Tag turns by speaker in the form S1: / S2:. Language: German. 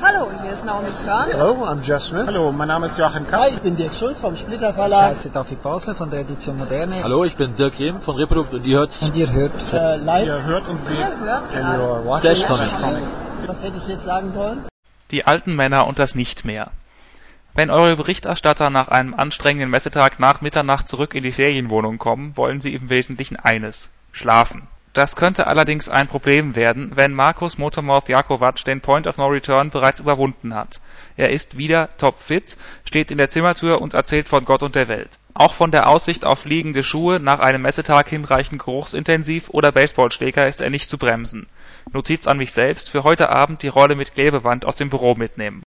S1: Hallo, hier ist Naomi Körn.
S2: Hello, I'm Jeff Smith.
S3: Hallo, mein Name ist Joachim K.
S4: Hi, ich bin Dirk Schulz vom Splitter Verlag.
S5: Scheiße, David Basler von der Edition Moderne.
S6: Hallo, ich bin Dirk Rehm von Reprodukt und ihr hört...
S5: Und ihr hört...
S3: Äh, live. Ihr hört und seht...
S6: Ihr hört Slash Comics.
S4: Was hätte ich jetzt sagen sollen?
S7: Die alten Männer und das nicht mehr. Wenn eure Berichterstatter nach einem anstrengenden Messetag nach Mitternacht zurück in die Ferienwohnung kommen, wollen sie im Wesentlichen eines. Schlafen. Das könnte allerdings ein Problem werden, wenn Markus Motormouth Jakovac den Point of No Return bereits überwunden hat. Er ist wieder topfit, steht in der Zimmertür und erzählt von Gott und der Welt. Auch von der Aussicht auf liegende Schuhe nach einem Messetag hinreichend geruchsintensiv oder Baseballschläger ist er nicht zu bremsen. Notiz an mich selbst, für heute Abend die Rolle mit Klebeband aus dem Büro mitnehmen.